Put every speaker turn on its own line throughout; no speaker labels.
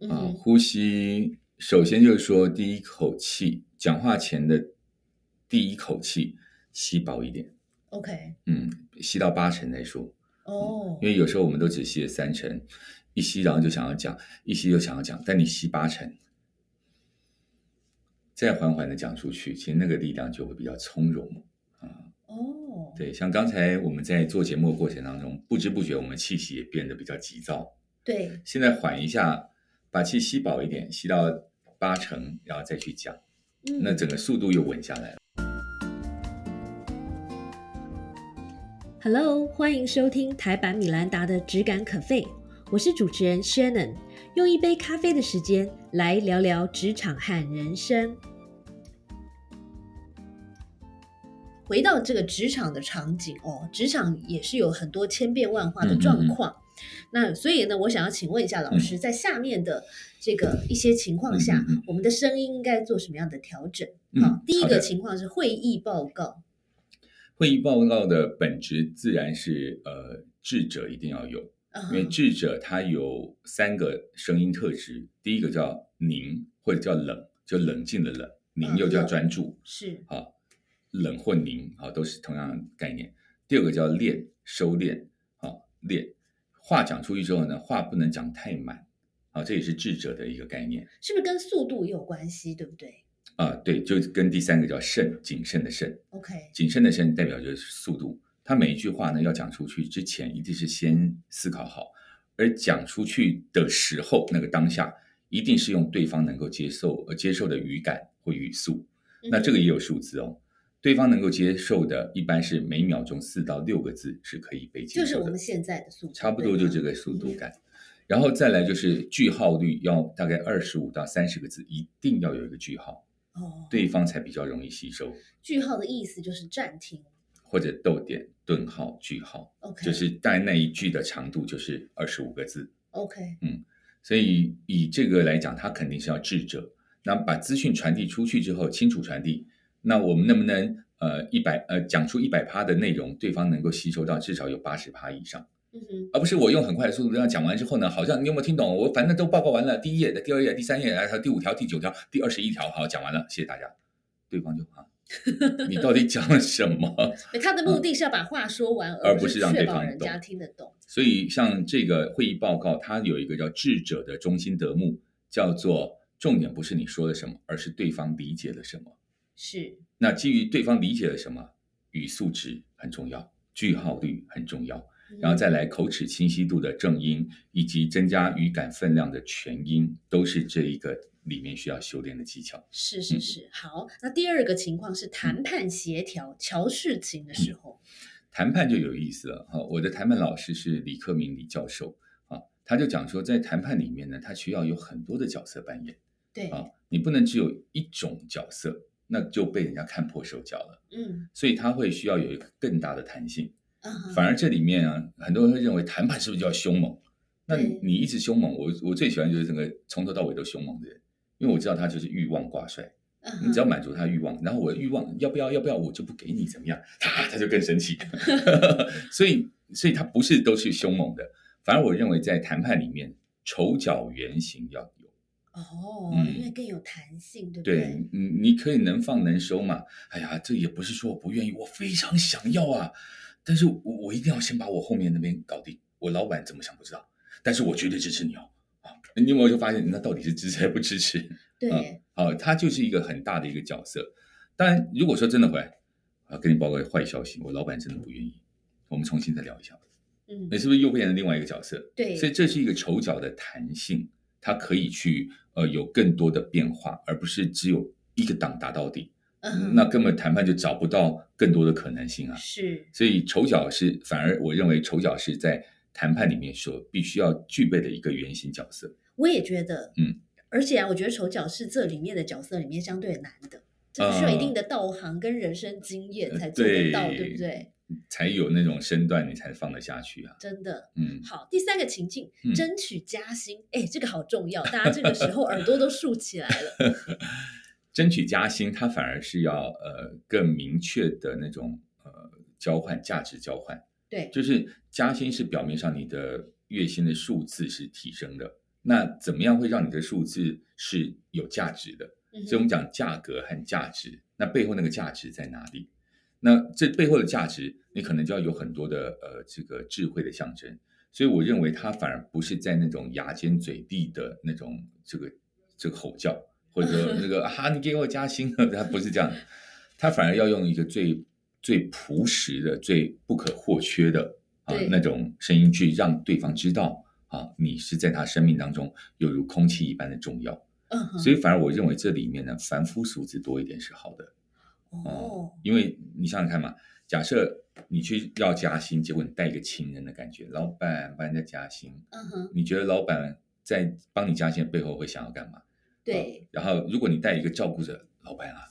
嗯
嗯
啊呼吸，首先就是说第一口气，讲话前的第一口气吸饱一点，
，OK，
嗯，吸到八成再说，
哦
嗯因，为有时候我们都只吸了三成，一吸然后就想要讲，一吸又想要讲，但你吸八成，再缓缓的讲出去，其实那个力量就会比较从容。
哦，
对，像刚才我们在做节目的过程当中，不知不觉我们气息也变得比较急躁。
对，
现在缓一下，把气吸饱一点，吸到八成，然后再去讲，
嗯，
那整个速度又稳下来了。
Hello，欢迎收听台版米兰达的《只感可废》，我是主持人 Shannon，用一杯咖啡的时间来聊聊职场和人生。回到这个职场的场景哦，职场也是有很多千变万
嗯
化的状况。那所以呢，我想要请问一下老师，在下面的这个一些情况下，
嗯嗯嗯
我们的声音应该做什么样的调整？
嗯
好，第一
好
个
的
情况是会议报告。
会议报告的本质自然是呃，智者一定要有，
嗯
因为智者他有三个声音特质，第一个叫宁或者叫冷，就冷静的冷，宁
嗯
又叫
冷
专注，
是
啊，冷或凝啊，都是同样的概念。第二个叫练，收敛啊，练话讲出去之后呢，话不能讲太满啊，这也是智者的一个概念
是不是跟速度也有关系，对不对
啊。对，就跟第三个叫慎，谨慎的慎，
？OK，嗯
谨慎的慎代表就是速度。他每一句话呢，要讲出去之前，一定是先思考好，而讲出去的时候，那个当下一定是用对方能够接受呃接受的语感或语速。那这个也有数字哦。对方能够接受的，一般是每秒钟四到六个字是可以被接
就是
受
我们
的，
现在的速度，
差不
对
多就
吗
这个速度感。 然后再来就是句号率要大概二十五到三十个字，一定要有一个句号，
哦。，
对方才比较容易吸收，
句号的意思就是暂停。
或者逗点、顿号、句号，
OK，
就是大概那一句的长度就是二十五个字。
OK，
所以以这个来讲，它肯定是要智者。那把资讯传递出去之后，清楚传递，那我们能不能呃一百呃讲出一百趴的内容，对方能够吸收到至少有八十趴以上，
嗯哼，
而不是我用很快的速度这样讲完之后呢，好像你有没有听懂？我反正都报告完了，第一页的、第二页、第三页，然后第五条、第九条、第二十一条，好讲完了，谢谢大家。对方就啊，你到底讲了什么？
对他的目的是要把话说完，
嗯而不
不
是
是
让
确
对
保
方
人
懂
家听得懂。
所以，像这个会议报告，它有一个叫智者的中心德目，叫做重点不是你说了什么，而是对方理解了什么。
是，
那基于对方理解了什么，语速值很重要，句号率很重要，然后再
嗯
来口齿清晰度的正音，以及增加语感分量的全音，都是这一个里面需要修炼的技巧。
是
嗯
是是好。那第二个情况是谈判协调，瞧事情的时候，
谈判就有意思了哈。我的谈判老师是李克明李教授啊，他就讲说，在谈判里面呢，他需要有很多的角色扮演。
对，
啊，你不能只有一种角色，那就被人家看破手脚了。
嗯
所以他会需要有一个更大的弹性。
啊哈，
反而这里面啊，很多人会认为谈判是不是就要凶猛？那
对
你一直凶猛，我我最喜欢就是整个从头到尾都凶猛的人，因为我知道他就是欲望挂帅，
嗯
你只要
哼
满足他欲望，然后我的欲望要不要要不要，我就不给你怎么样，他他就更生 气。所以所以他不是都是凶猛的，反而我认为在谈判里面，丑角原型要有。
哦，
嗯
因为更有弹性，对不
对
对？，
你你可以能放能收嘛。哎呀，这也不是说我不愿意，我非常想要啊，但是我我一定要先把我后面那边搞定。我老板怎么想不知道，但是我绝对支持你哦。啊，你有没有就发现那到底是支持还不支持？嗯
对，
好，他就是一个很大的一个角色。当然，如果说真的回来，我要跟你报告一个坏消息，我老板真的不愿意，我们重新再聊一下。
嗯
你，是不是又变成另外一个角色？
对，
所以这是一个丑角的弹性，它可以去呃有更多的变化，而不是只有一个档打到底，
嗯哼
那根本谈判就找不到更多的可能性啊。
是
所以丑角是反而我认为丑角是在谈判里面所必须要具备的一个原型角色。
我也觉得，
嗯，
而且啊，我觉得丑角是这里面的角色里面相对难的，这个需要一定的道行跟人生经验
嗯呃
才做得到，
对
对不对？
才有那种身段，你才放得下去啊。
真的
嗯，
好，第三个情境，
嗯
争取加薪，哎，这个好重要，大家这个时候耳朵都竖起来 了。
争取加薪，它反而是要呃更明确的那种呃交换价值交换。
对，
就是加薪是表面上你的月薪的数字是提升的，那怎么样会让你的数字是有价值的？
嗯哼
所以我们讲价格和价值，那背后那个价值在哪里？那这背后的价值，你可能就要有很多的呃这个智慧的象征。所以我认为它反而不是在那种牙尖嘴利的那种这个这个吼叫，或者 说那个啊你给我加薪了，它不是这样的，它反而要用一个最最朴实的、最不可或缺的啊
对
那种声音去让对方知道啊你是在他生命当中犹如空气一般的重要。
嗯哼，
所以反而我认为这里面呢，凡夫俗子多一点是好的，
哦，
因为你想想看嘛，假设你去要加薪，结果你带一个情人的感觉，老板帮人家加薪，
嗯哼，
你觉得老板在帮你加薪的背后会想要干嘛？啊
对，
然后如果你带一个照顾者，老板啊，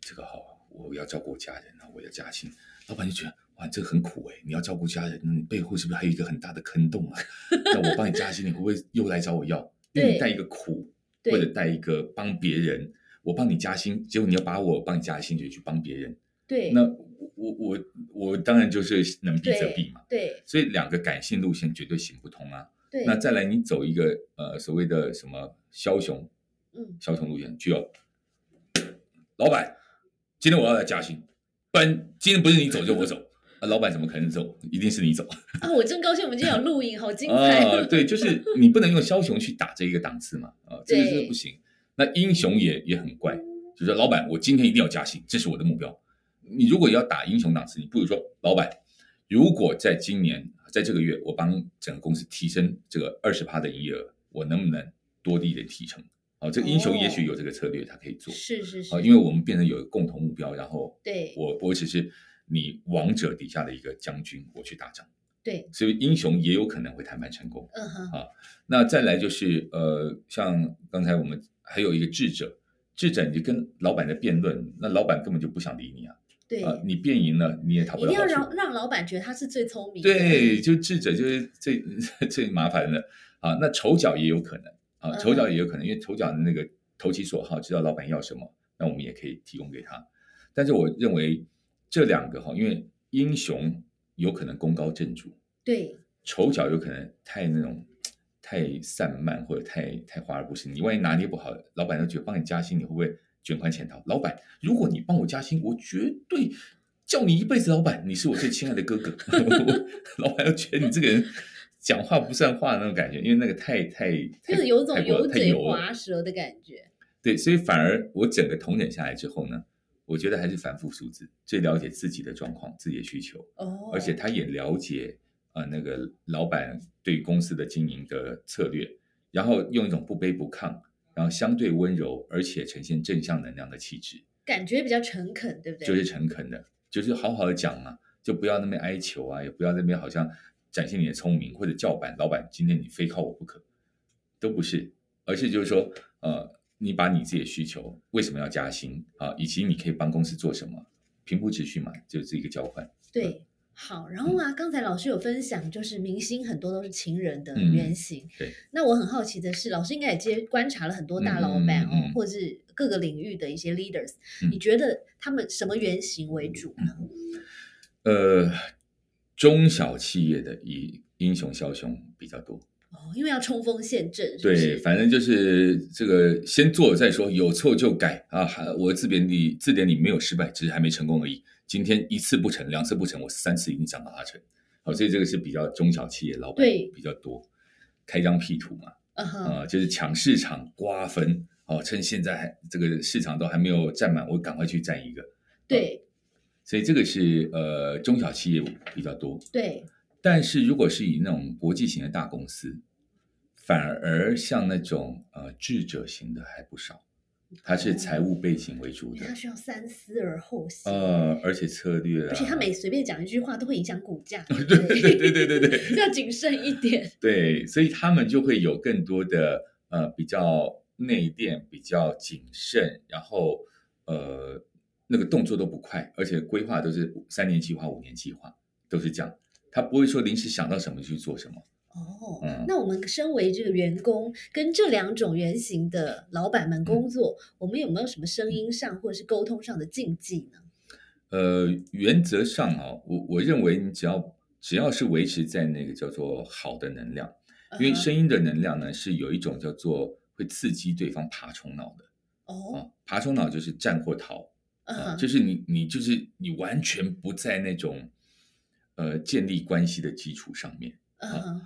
这个好，我要照顾我家人啊，我要加薪，老板就觉得哇，这个很苦哎、你要照顾家人，那你背后是不是还有一个很大的坑洞啊？ 那我帮你加薪，你会不会又来找我要？因为
对
你带一个苦，
对
或者带一个帮别人，我帮你加薪，结果你要把我帮你加薪就去帮别人，
对，
那我我我我当然就是能避则避嘛。
对，
所以两个感性路线绝对行不通啊。
对，
那再来，你走一个呃所谓的什么枭雄，
嗯，
小童路线具有。老板，今天我要来加薪，不然今天不是你走就我走。啊，老板怎么可能走？一定是你走。
啊，我真高兴，我们今天有录 影，好精彩
啊，， 对，就是你不能用枭雄去打这一个档次嘛，啊，这个
对
是不行。那英雄也也很怪，就说老板，我今天一定要加薪，这是我的目标。你如果要打英雄档次，你不如说，老板，如果在今年在这个月我帮整个公司提升这个二十趴的营业额，我能不能多一点提成？哦，这个英雄也许有这个策略，他可以做。
是是是
啊，，因为我们变成有一个共同目标，然后
对
我我只是你王者底下的一个将军，我去打仗，
对，
所以英雄也有可能会谈判成功。
嗯哼，
那再来就是呃，像刚才我们还有一个智者，智者你就跟老板在辩论，那老板根本就不想理你啊，
对，
啊、你辩赢了你也讨
一
不
定
到
要
好
让
处。
让老板觉得他是最聪明的，
对，就智者就是最 最麻烦的啊。那丑角也有可能啊，
嗯
丑角也有可能，因为丑角的那个投其所好，知道老板要什么，那我们也可以提供给他。但是我认为这两个哈，因为英雄有可能功高震主，
对
丑角有可能太那种太散漫或者太太华而不实，你万一拿捏不好，老板都觉得帮你加薪，你会不会卷款潜逃？老板，如果你帮我加薪，我绝对叫你一辈子老板，你是我最亲爱的哥 哥。老板又觉得你这个人讲话不算话的那种感觉，因为那个太太太
就是有种
太过
油
了太
嘴
油了
滑舌的感觉，
对，所以反而我整个统整下来之后呢，我觉得还是反复数字最了解自己的状况、自己的需求。
哦，
而且他也了解呃那个老板对公司的经营的策略，然后用一种不卑不亢，然后相对温柔，而且呈现正向能量的气质，
感觉比较诚恳，对不对？
就是诚恳的，就是好好的讲嘛，就不要那边哀求啊，也不要那边好像展现你的聪明或者叫板，老板今天你非靠我不可，都不是，而是就是说呃。你把你自己的需求，为什么要加薪啊？以及你可以帮公司做什么，平铺直叙嘛，就是一个交换。
对。好，然后啊，刚才老师有分享，就是明星很多都是情人的
嗯
原型。
对，
那我很好奇的是，老师应该也接观察了很多大老板哦，
嗯嗯嗯嗯
或是各个领域的一些 leaders，、
嗯
你觉得他们什么原型为主呢？
呃，中小企业的以英雄枭雄比较多。
哦，因为要冲锋陷阵，是不
对，
是？
反正就是这个先做再说，有错就改啊。还我字典里字典里没有失败，只是还没成功而已。今天一次不成，两次不成，我三次已经想把它成。好，所以这个是比较中小企业老板
对
比较多，开疆辟土嘛，
嗯哼，
啊、就是抢市场瓜分。哦，趁现在还这个市场都还没有占满，我赶快去占一个。
对
所以这个是呃中小企业比较多。
对，
但是如果是以那种国际型的大公司，反而像那种呃智者型的还不少，它是财务背景为主
因为
的
他，需要三思而后行，
呃，而且策略啊，
哦而且他每随便讲一句话都会影响股价，对
对对对对对对
要谨慎一点。
对，所以他们就会有更多的呃比较内敛、比较谨慎，然后呃那个动作都不快，而且规划都是三年计划、五年计划，都是这样，他不会说临时想到什么就去做什么。
哦
嗯，
那我们身为这个员工，跟这两种原型的老板
嗯
们工作，我们有没有什么声音上或者是沟通上的禁忌呢？
呃，原则上啊，我我认为你只要只要是维持在那个叫做好的能量，
嗯
因为声音的能量呢是有一种叫做会刺激对方爬虫脑的
哦，
啊，爬虫脑就是战或逃
嗯
啊，
哼
就是你你就是你完全不在那种呃建立关系的基础上面。
嗯哼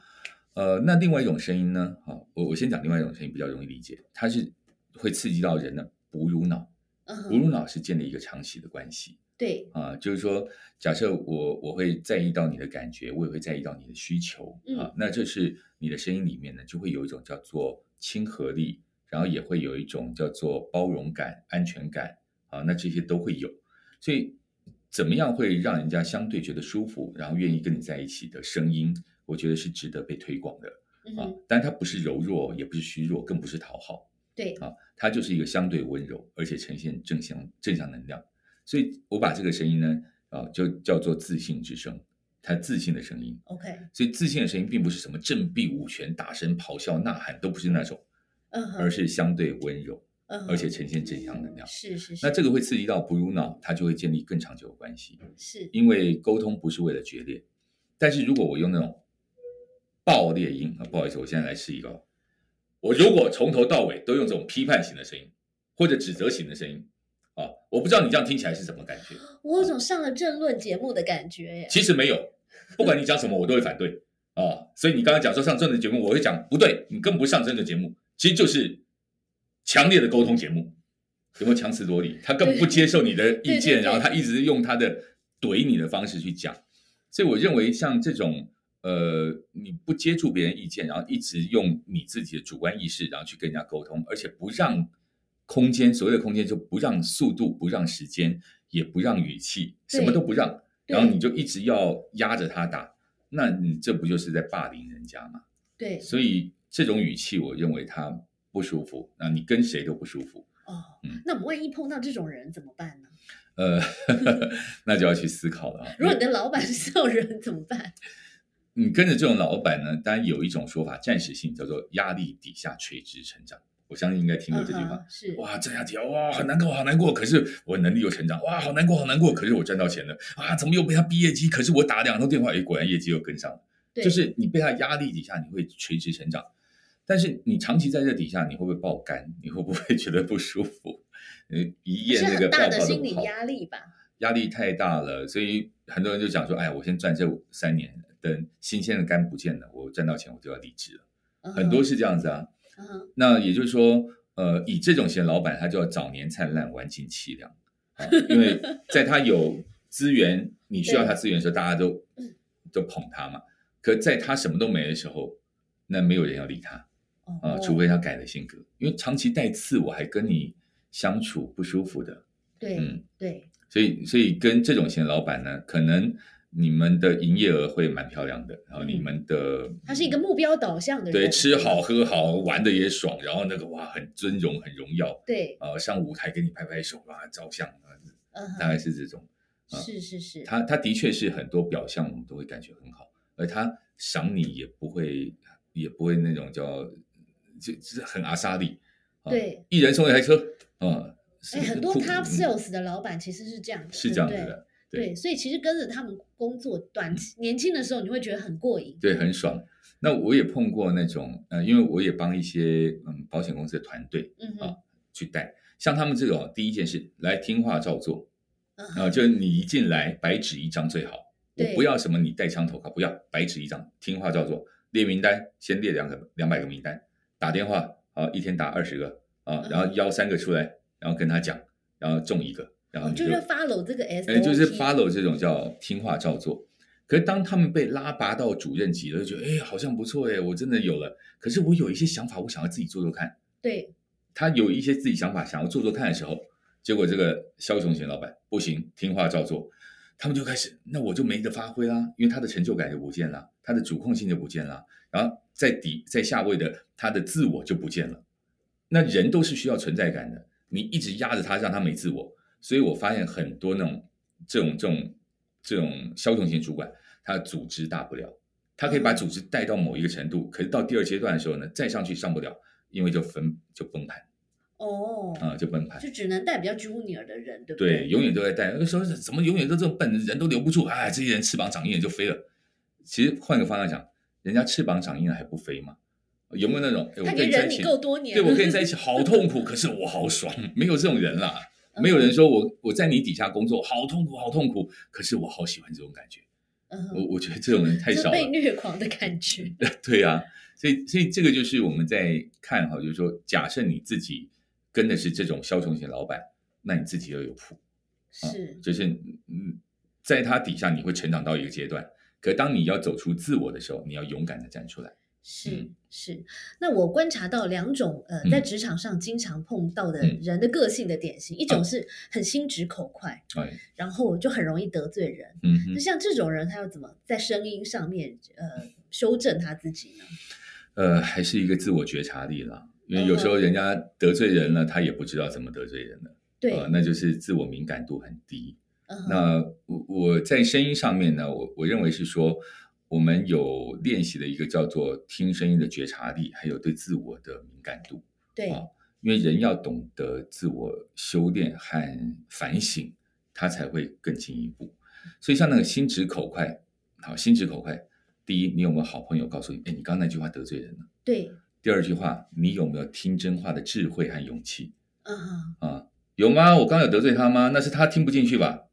呃，那另外一种声音呢？好，我我先讲另外一种声音比较容易理解，它是会刺激到人的哺乳脑。
嗯
哺
哼，
乳脑是建立一个长期的关系
对，
啊、就是说，假设我我会在意到你的感觉，我也会在意到你的需求啊、
嗯
那这是你的声音里面呢，就会有一种叫做亲和力，然后也会有一种叫做包容感、安全感啊，那这些都会有。所以，怎么样会让人家相对觉得舒服，然后愿意跟你在一起的声音，我觉得是值得被推广的。
嗯
啊
哼，，
但它不是柔弱，也不是虚弱，更不是讨好
对，
啊，它就是一个相对温柔，而且呈现正向正向能量。所以我把这个声音呢，啊，就叫做自信之声，它自信的声音。
OK，
所以自信的声音并不是什么振臂舞拳、大声咆哮、呐喊，都不是那种，
嗯
而
哼，
是相对温柔，
嗯哼
而且呈现正向能量。
是是是，
那这个会刺激到哺乳脑，它就会建立更长久的关系。
是
因为沟通不是为了决裂。但是如果我用那种爆裂音啊，不好意思，我现在来试一个哦。我如果从头到尾都用这种批判型的声音，或者指责型的声音啊，我不知道你这样听起来是什么感觉。
我有种上了政论节目的感觉耶，
其实没有，不管你讲什么，我都会反对啊。所以你刚刚讲说上政治节目，我会讲不对，你更不上政治节目，其实就是强烈的沟通节目，有没有强词夺理？他更不接受你的意
对对对
见，然后他一直用他的怼你的方式去讲。所以我认为像这种。呃，你不接触别人意见，然后一直用你自己的主观意识，然后去跟人家沟通，而且不让空间，所谓的空间就不让速度，不让时间，也不让语气，什么
对
都不让，
对
然后你就一直要压着他打，那你这不就是在霸凌人家吗？
对，
所以这种语气，我认为他不舒服，那你跟谁都不舒服。
哦
嗯，
那我们万一碰到这种人怎么办呢？
呃， 那就要去思考了啊。
嗯如果你的老板是这种人怎么办？
你跟着这种老板呢，当然有一种说法，暂时性叫做压力底下垂直成长。我相信应该听过这句话。
嗯哼是
哇，这下条哇，好难过，好难过。可是我能力又成长，哇，好难过，好难过。可是我赚到钱了啊，怎么又被他逼业绩？可是我打两通电话，哎，果然业绩又跟上了。
对，
就是你被他压力底下，你会垂直成长，但是你长期在这底下，你会不会爆肝？你会不会觉得不舒服？呃，一夜
是
那个
很
报
大
告
的
都
心理
不好，
压力吧？
压力太大了，所以很多人就讲说，哎呀，我先赚这三年，等新鲜的肝不见了，我赚到钱我就要离职了。
嗯
很多是这样子啊。
哼，嗯哼
那也就是说，呃，以这种型的老板，他就要早年灿烂，晚景凄凉啊，因为在他有资源，你需要他资源的时候，大家都
嗯
都捧他嘛。可在他什么都没的时候，那没有人要理他啊，
哦
除非他改了性格，因为长期带刺，我还跟你相处不舒服的。
对
嗯
对，
所以，所以跟这种型的老板呢，可能你们的营业额会蛮漂亮的，然后你
嗯
们的
他是一个目标导向的人，
嗯对吃好喝好玩的也爽，然后那个哇很尊荣很荣耀，
对，
呃，上舞台给你拍拍手啊，照相啊，
嗯
大
哼，
概是这种。啊
是是是，
他他的确是很多表象我们都会感觉很好，而他赏你也不会，也不会那种叫就就是很阿莎丽，啊
对，
一人送一台车，啊，是
哎，很多
酷
top
嗯
sales 的老板其实是这样的，
是
对
这样
不
子
对
的，对嗯
对，所以其实跟着他们工作，短期年轻的时候你会觉得很过瘾，
对，很爽。那我也碰过那种，呃，因为我也帮一些嗯保险公司的团队
嗯
啊
哼，
去带，像他们这种，第一件事来听话照做，
嗯
啊、
哼，
就是你一进来白纸一张最好，我
对
不要什么你带枪投靠，不要白纸一张，听话照做。列名单，先列两个两百个名单，打电话啊，一天打二十个啊，然后
嗯
邀三个出来，然后跟他讲，然后中一个，然后
哦
你
就
就是
follow 这个 S，
哎，就是 follow 这种叫听话照做。可是当他们被拉拔到主任级了，就觉得哎，好像不错哎，我真的有了。可是我有一些想法，我想要自己做做看。
对，
他有一些自己想法想要做做看的时候，结果这个肖琼贤老板不行，听话照做，他们就开始，那我就没得发挥啦，因为他的成就感就不见了，他的主控性就不见了，然后在底在下位的他的自我就不见了。那人都是需要存在感的，你一直压着他，让他没自我，所以我发现很多那种这种这种这种肖琼贤主管，他的组织大不了。他可以把组织带到某一个程度，可是到第二阶段的时候呢，再上去上不了，因为就分就崩盘。
哦，
啊，就崩盘。
就只能带比较 junior 的人，对不
对，
对？
永远都在带。有时候是啊怎么永远都这么笨，人都留不住，哎，这些人翅膀长硬了就飞了。其实换个方向想，人家翅膀长硬了还不飞吗？有没有那种？哎我
他觉得
跟你在
忍
一
你
起，
够多年
对
了，
我跟你在一起好痛苦，可是我好爽，没有这种人啦。
嗯
没有人说我我在你底下工作好痛苦，好痛苦，可是我好喜欢这种感觉。
嗯哼
我我觉得这种人太
就
少
被
了。
虐狂的感觉。
对啊，所以所以这个就是我们在看哈，就是说，假设你自己跟的是这种枭雄型老板，那你自己要有谱。
是，
就是嗯，在他底下你会成长到一个阶段，可当你要走出自我的时候，你要勇敢的站出来。
是
嗯
是，那我观察到两种呃，在
嗯
职场上经常碰到的
嗯
人的个性的典型，一种是很心直口快，
哎，
然后就很容易得罪人。
嗯
那
哼，
像这种人，他要怎么在声音上面呃修正他自己呢？
呃，还是一个自我觉察力啦，因为有时候人家得罪人了，他也不知道怎么得罪人了，
对，
呃，那就是自我敏感度很低。
嗯哼
那我我在声音上面呢，我我认为是说，我们有练习的一个叫做听声音的觉察力，还有对自我的敏感度。
对，
啊因为人要懂得自我修炼和反省，他才会更进一步。所以像那个心直口快，好，心直口快。第一，你有没有好朋友告诉你，哎，你刚刚那句话得罪人了？
对，
第二句话，你有没有听真话的智慧和勇气
嗯哼，
啊？有吗？我刚刚有得罪他吗？那是他听不进去吧？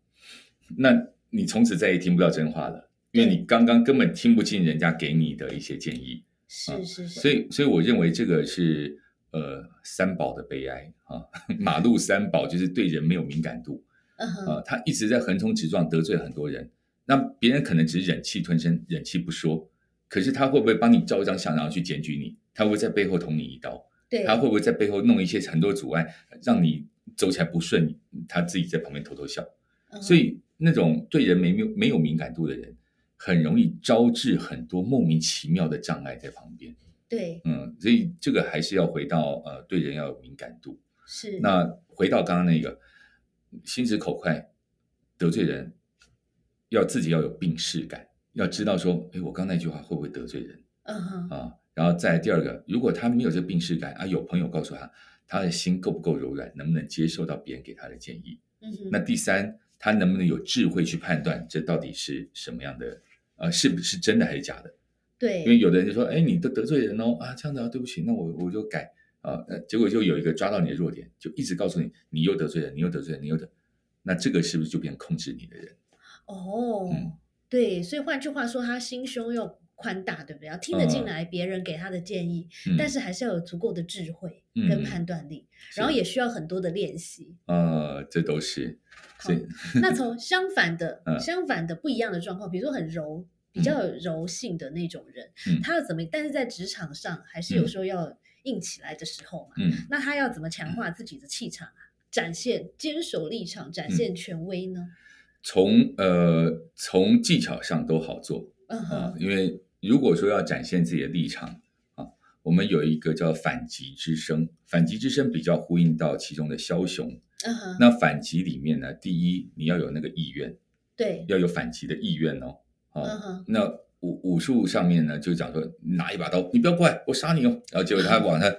那你从此再也听不到真话了，因为你刚刚根本听不进人家给你的一些建议。
是是是，
哦所以，所以我认为这个是呃三宝的悲哀啊， 马路三宝就是对人没有敏感度
嗯哼，
啊，他一直在横冲直撞，得罪很多人。那别人可能只是忍气吞声，忍气不说，可是他会不会帮你照一张相，然后去检举你？他会不会在背后捅你一刀？
对，
他会不会在背后弄一些很多阻碍，让你走起来不顺？他自己在旁边偷偷笑。
嗯哼
所以那种对人没没有没有敏感度的人，很容易招致很多莫名其妙的障碍在旁边。
对
嗯，所以这个还是要回到呃，对人要有敏感度。
是
那回到刚刚那个心直口快，得罪人，要自己要有病视感，要知道说，哎，我刚那句话会不会得罪人
嗯哼，
啊？然后再来第二个，如果他没有这个病视感啊，有朋友告诉他，他的心够不够柔软，能不能接受到别人给他的建议？
嗯哼，
那第三，他能不能有智慧去判断这到底是什么样的？呃，是不是真的还是假的？
对，
因为有的人就说，哎，你都得罪人哦，啊，这样子啊，对不起，那我我就改啊，呃，结果就有一个抓到你的弱点，就一直告诉你，你又得罪人，你又得罪人，你又得，那这个是不是就变控制你的人？
哦，
嗯
对，所以换句话说，他心胸要宽大，对不对？要听得进
嗯
来别人给他的建议，
嗯、
但是还是要有足够的智慧
嗯
跟
嗯
判断力，然后
是
也需要很多的练习。
呃，这都是，
好
所以
那从相反的、
嗯
相反的不一样的状况，比如说很柔、比较有柔性的那种人，
嗯
他要怎么？但是在职场上，还是有
嗯
时候要硬起来的时候嘛。
嗯，
那他要怎么强化自己的气场啊？展现坚守立场，
嗯
展现权威呢？
从呃从技巧上都好做
嗯
啊、
哼，
因为如果说要展现自己的立场啊，我们有一个叫反击之声，反击之声比较呼应到其中的枭雄。
嗯哼，
那反击里面呢，第一你要有那个意愿。
对，
要有反击的意愿哦。啊、
嗯哼。
那武武术上面呢，就讲说拿一把刀，你不要过来，我杀你哦。然后结果他往他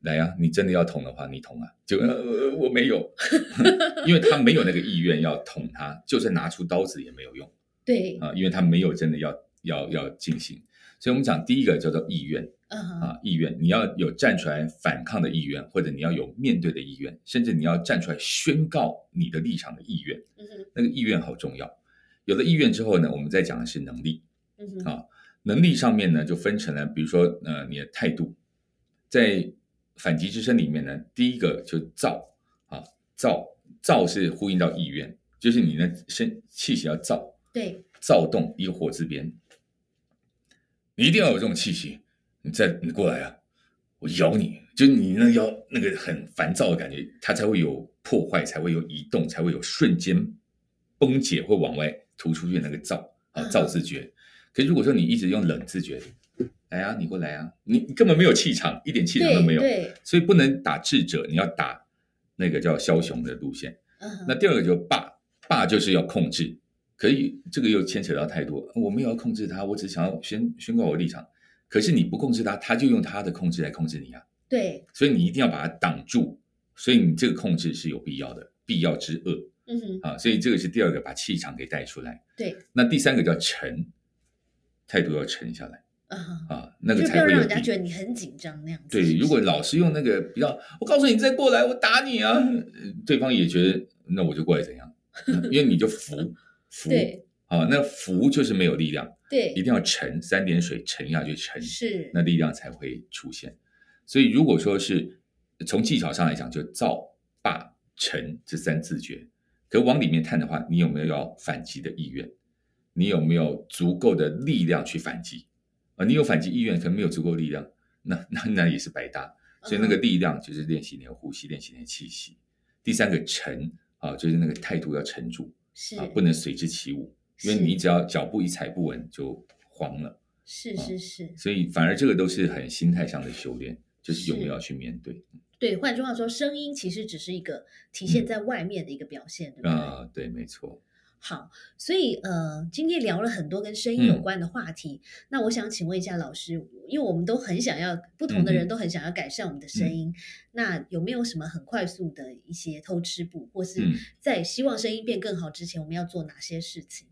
来呀、你真的要捅的话，你捅啊。结果、呃、我没有， 因为他没有那个意愿要捅他，就算拿出刀子也没有用
对，
啊、因为他没有真的要要要进行。所以我们讲第一个叫做意愿
嗯哼，
啊，意愿，你要有站出来反抗的意愿，或者你要有面对的意愿，甚至你要站出来宣告你的立场的意愿。
嗯哼，
那个意愿好重要。有了意愿之后呢，我们再讲的是能力。
嗯哼，
啊能力上面呢，就分成了，比如说呃，你的态度，在反击之声里面呢，第一个就躁啊，躁躁是呼应到意愿，就是你的身气息要躁，
对，
躁动一个火字边，你一定要有这种气息。你再你过来啊，我咬你，就你那腰那个很烦躁的感觉，它才会有破坏，才会有移动，才会有瞬间崩解或往外突出去那个躁啊
嗯
躁自觉。可是如果说你一直用冷自觉，来啊，你过来啊，你你根本没有气场，一点气场都没
对，
有，
对，
所以不能打智者，你要打那个叫枭雄的路线。
嗯哼，
那第二个就是霸，霸就是要控制，可以这个又牵扯到太多。我没有要控制他，我只想要宣宣告我的立场。可是你不控制他，他就用他的控制来控制你啊，
对，
所以你一定要把他挡住。所以你这个控制是有必要的，必要之恶
嗯哼，
啊。所以这个是第二个，把气场给带出来。
对，
那第三个叫沉，态度要沉下来。
嗯哼，
啊，那个
就不
才
要
会
让人
有
家
底
觉得你很紧张那样子。
对，如果老是用那个比较，我告诉你，你再过来，我打你啊，呃对方也觉得那我就过来怎 样，因为你就服服
对
啊，那服就是没有力量，一
对
定要沉，三点水沉下去沉，
是，
那力量才会出现。所以如果说是从技巧上来讲，就造、霸、沉这三自觉，可往里面探的话，你有没有要反击的意愿？你有没有足够的力量去反击？啊，你有反击意愿，可没有足够力量，那那那也是白搭。所以那个
嗯
力量就是练习你的呼吸，练习你的气息。第三个沉啊，就是那个态度要沉住
是
啊，不能随之起舞，因为
是
你只要脚步一踩不稳就慌了。
是是是，
所以反而这个都是很心态上的修炼，就是有没有要去面对
对。换句话说，声音其实只是一个体现
嗯
在外面的一个表现，对不对？
啊、对，没错，
好，所以呃，今天聊了很多跟声音有
嗯
关的话题。那我想请问一下老师，因为我们都很想要，不同的
嗯
人
嗯
都很想要改善我们的声音，那有没有什么很快速的一些偷吃步，或是
嗯
在希望声音变更好之前，我们要做哪些事情？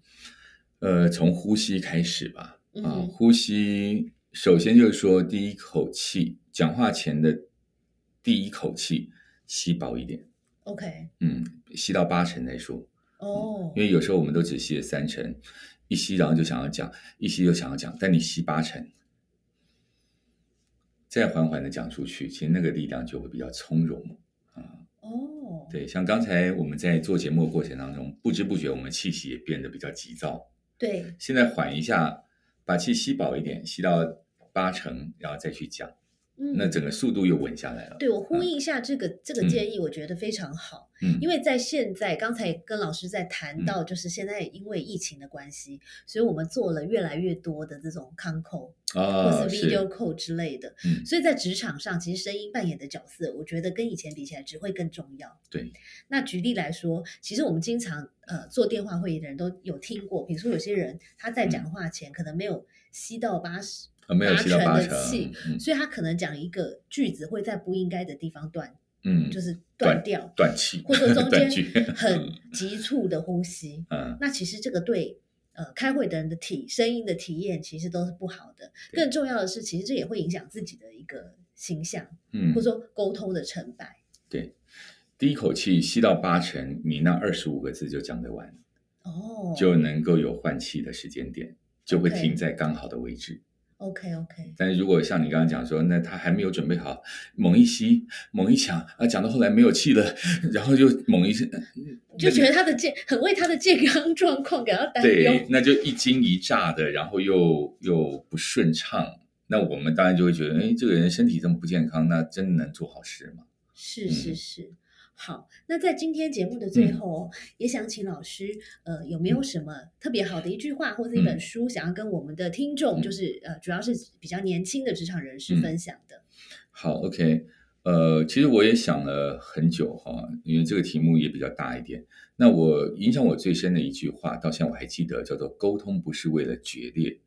呃，从呼吸开始吧，啊、
嗯哼
呼吸首先就是说第一口气，讲话前的第一口气吸饱一点，
OK，
嗯，吸到八成再说，
哦，
因为有时候我们都只吸了三成，一吸然后就想要讲，一吸又想要讲，但你吸八成，再缓缓的讲出去，其实那个力量就会比较从容。
哦，
对，像刚才我们在做节目的过程当中，不知不觉我们气息也变得比较急躁。
对，
现在缓一下，把气吸饱一点，吸到八成，然后再去讲，
嗯，
那整个速度又稳下来了。
对我呼应一下这个、这个
嗯
建议，我觉得非常好。
嗯，
因
为
为在现在，刚才跟老师在谈
嗯
到，就是现在因为疫情的关系，所以我们做了越来越多的这种 con call
啊
或是
是
video call 之类的，
嗯
所以在职场上，其实声音扮演的角色，我觉得跟以前比起来只会更重要。
对，
那举例来说，其实我们经常呃做电话会议的人都有听过，比如说有些人他在讲话前可能没有吸到八十，
啊嗯没有
八
吸到八
成的气
嗯
所以他可能讲一个句子会在不应该的地方断，
嗯，
就是是
断
断掉，
断气，
或者中间
断句，
很急促的呼吸。
嗯
那其实这个对呃开会的人的体声音的体验其实都是不好的。
对
更重要的是，其实这也会影响自己的一个形象，
嗯
或者，说沟通的成败。
第一口气吸到八成，你那二十五个字就讲得完，
哦，
就能够有换气的时间点，就会
OK
停在刚好的位置。
OK OK，
但是如果像你刚刚讲说，那他还没有准备好，猛一吸，猛一抢啊，讲到后来没有气了， 然后就猛一吸，
你就觉得他的健很为他的健康状况感到担
对
忧。，
那就一惊一乍的，然后又又不顺畅。那我们当然就会觉得，哎，这个人身体这么不健康，那真能做好事吗？
是
嗯
是是。好，那在今天节目的最
嗯
后哦，也想请老师，呃，有没有什么特别好的一句话或者一本
嗯
书，想要跟我们的听众，
嗯
就是呃，主要是比较年轻的职场人士
嗯
分享的？
好，OK，呃，其实我也想了很久哈，因为这个题目也比较大一点。那我影响我最深的一句话，到现在我还记得，叫做“沟通不是为了决裂，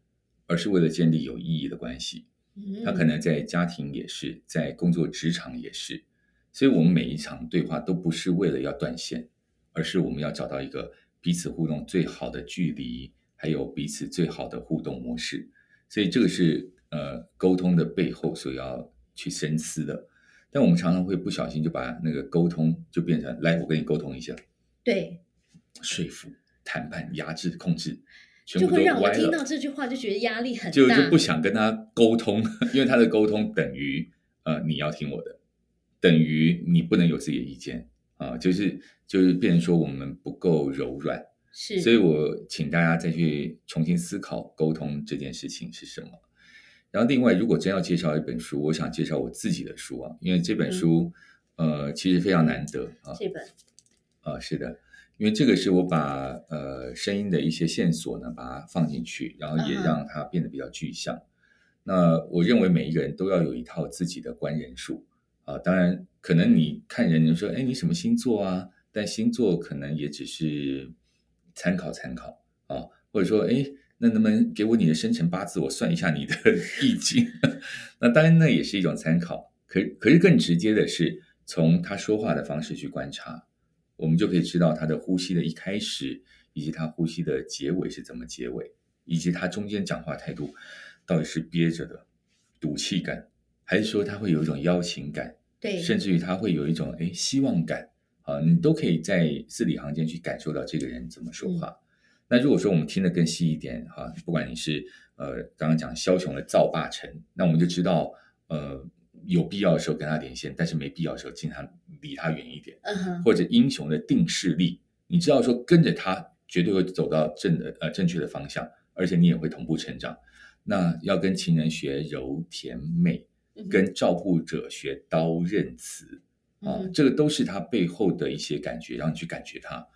而是为了建立有意义的关系”。
嗯，
他可能在家庭也是，在工作职场也是，所以我们每一场对话都不是为了要断线，而是我们要找到一个彼此互动最好的距离，还有彼此最好的互动模式。所以这个是呃沟通的背后所要去深思的。但我们常常会不小心就把那个沟通就变成来，我跟你沟通一下，
对，
说服、谈判、压制、控制，全
就
部都
会让我
歪
听
了
到。这句话就觉得压力很大，
就就不想跟他沟通， 因为他的沟通等于呃你要听我的，等于你不能有自己的意见啊、就是就是变成说我们不够柔软，
是，
所以我请大家再去重新思考沟通这件事情是什么。然后另外，如果真要介绍一本书，我想介绍我自己的书啊，因为这本
嗯
书、呃其实非常难得啊，
这本
啊，是的，因为这个是我把呃声音的一些线索呢，把它放进去，然后也
嗯哼
让它变得比较具象。那我认为每一个人都要有一套自己的观人术啊，当然可能你看人，你说哎你什么星座啊？但星座可能也只是参考参考啊，或者说哎那能不能给我你的生辰八字，我算一下你的 易经？ 那当然那也是一种参考，可可是更直接的是从他说话的方式去观察。我们就可以知道他的呼吸的一开始，以及他呼吸的结尾是怎么结尾，以及他中间讲话态度，到底是憋着的赌气感，还是说他会有一种邀请感，
对，
甚至于他会有一种哎希望感啊，你都可以在字里行间去感受到这个人怎么说话。那如果说我们听得更细一点哈、不管你是呃刚刚讲枭雄的造霸臣，那我们就知道呃有必要的时候跟他连线，但是没必要的时候尽量离他远一点。
嗯哼，
或者英雄的定势力，你知道说跟着他绝对会走到正的呃正确的方向，而且你也会同步成长。那要跟情人学柔甜美，
嗯
跟照顾者学刀刃词啊
嗯，
这个都是他背后的一些感觉，让你去感觉他。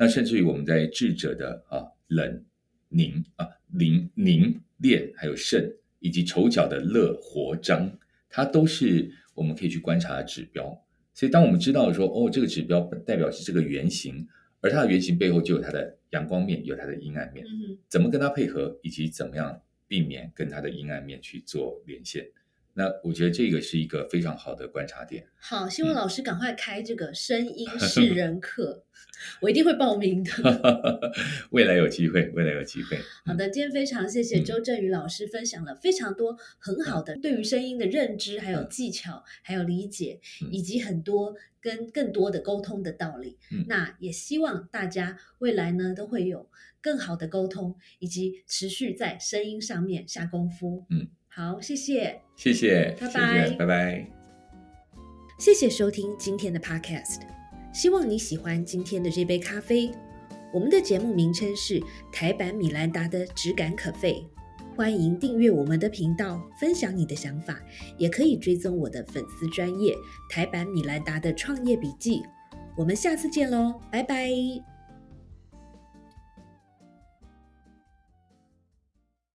那甚至于我们在智者的啊冷凝啊凝凝练，还有慎，以及丑角的乐活张，它都是我们可以去观察的指标。所以，当我们知道说，哦，这个指标代表是这个原型，而它的原型背后就有它的阳光面，有它的阴暗面，
嗯哼，
怎么跟它配合，以及怎么样避免跟它的阴暗面去做连线。那我觉得这个是一个非常好的观察点。
好，希望老师赶快开这个声 音是人课，我一定会报名的。
未来有机会，未来有机会。
好的，今天非常谢谢
嗯
周振宇老师分享了非常多很好的对于声音的认知、还有
嗯
技巧、还有理解
嗯，
以及很多跟更多的沟通的道理
嗯。
那也希望大家未来呢都会有更好的沟通，以及持续在声音上面下功夫。
嗯，
好，谢谢。
谢谢，
拜
谢
拜
谢，拜拜。
谢谢收听今天的 Podcast，希望你喜欢今天的这杯咖啡。我们的节目名称是台版米兰达的质感可废，欢迎订阅我们的频道，分享你的想法，也可以追踪我的粉丝专业台版米兰达的创业笔记。我们下次见喽，拜拜。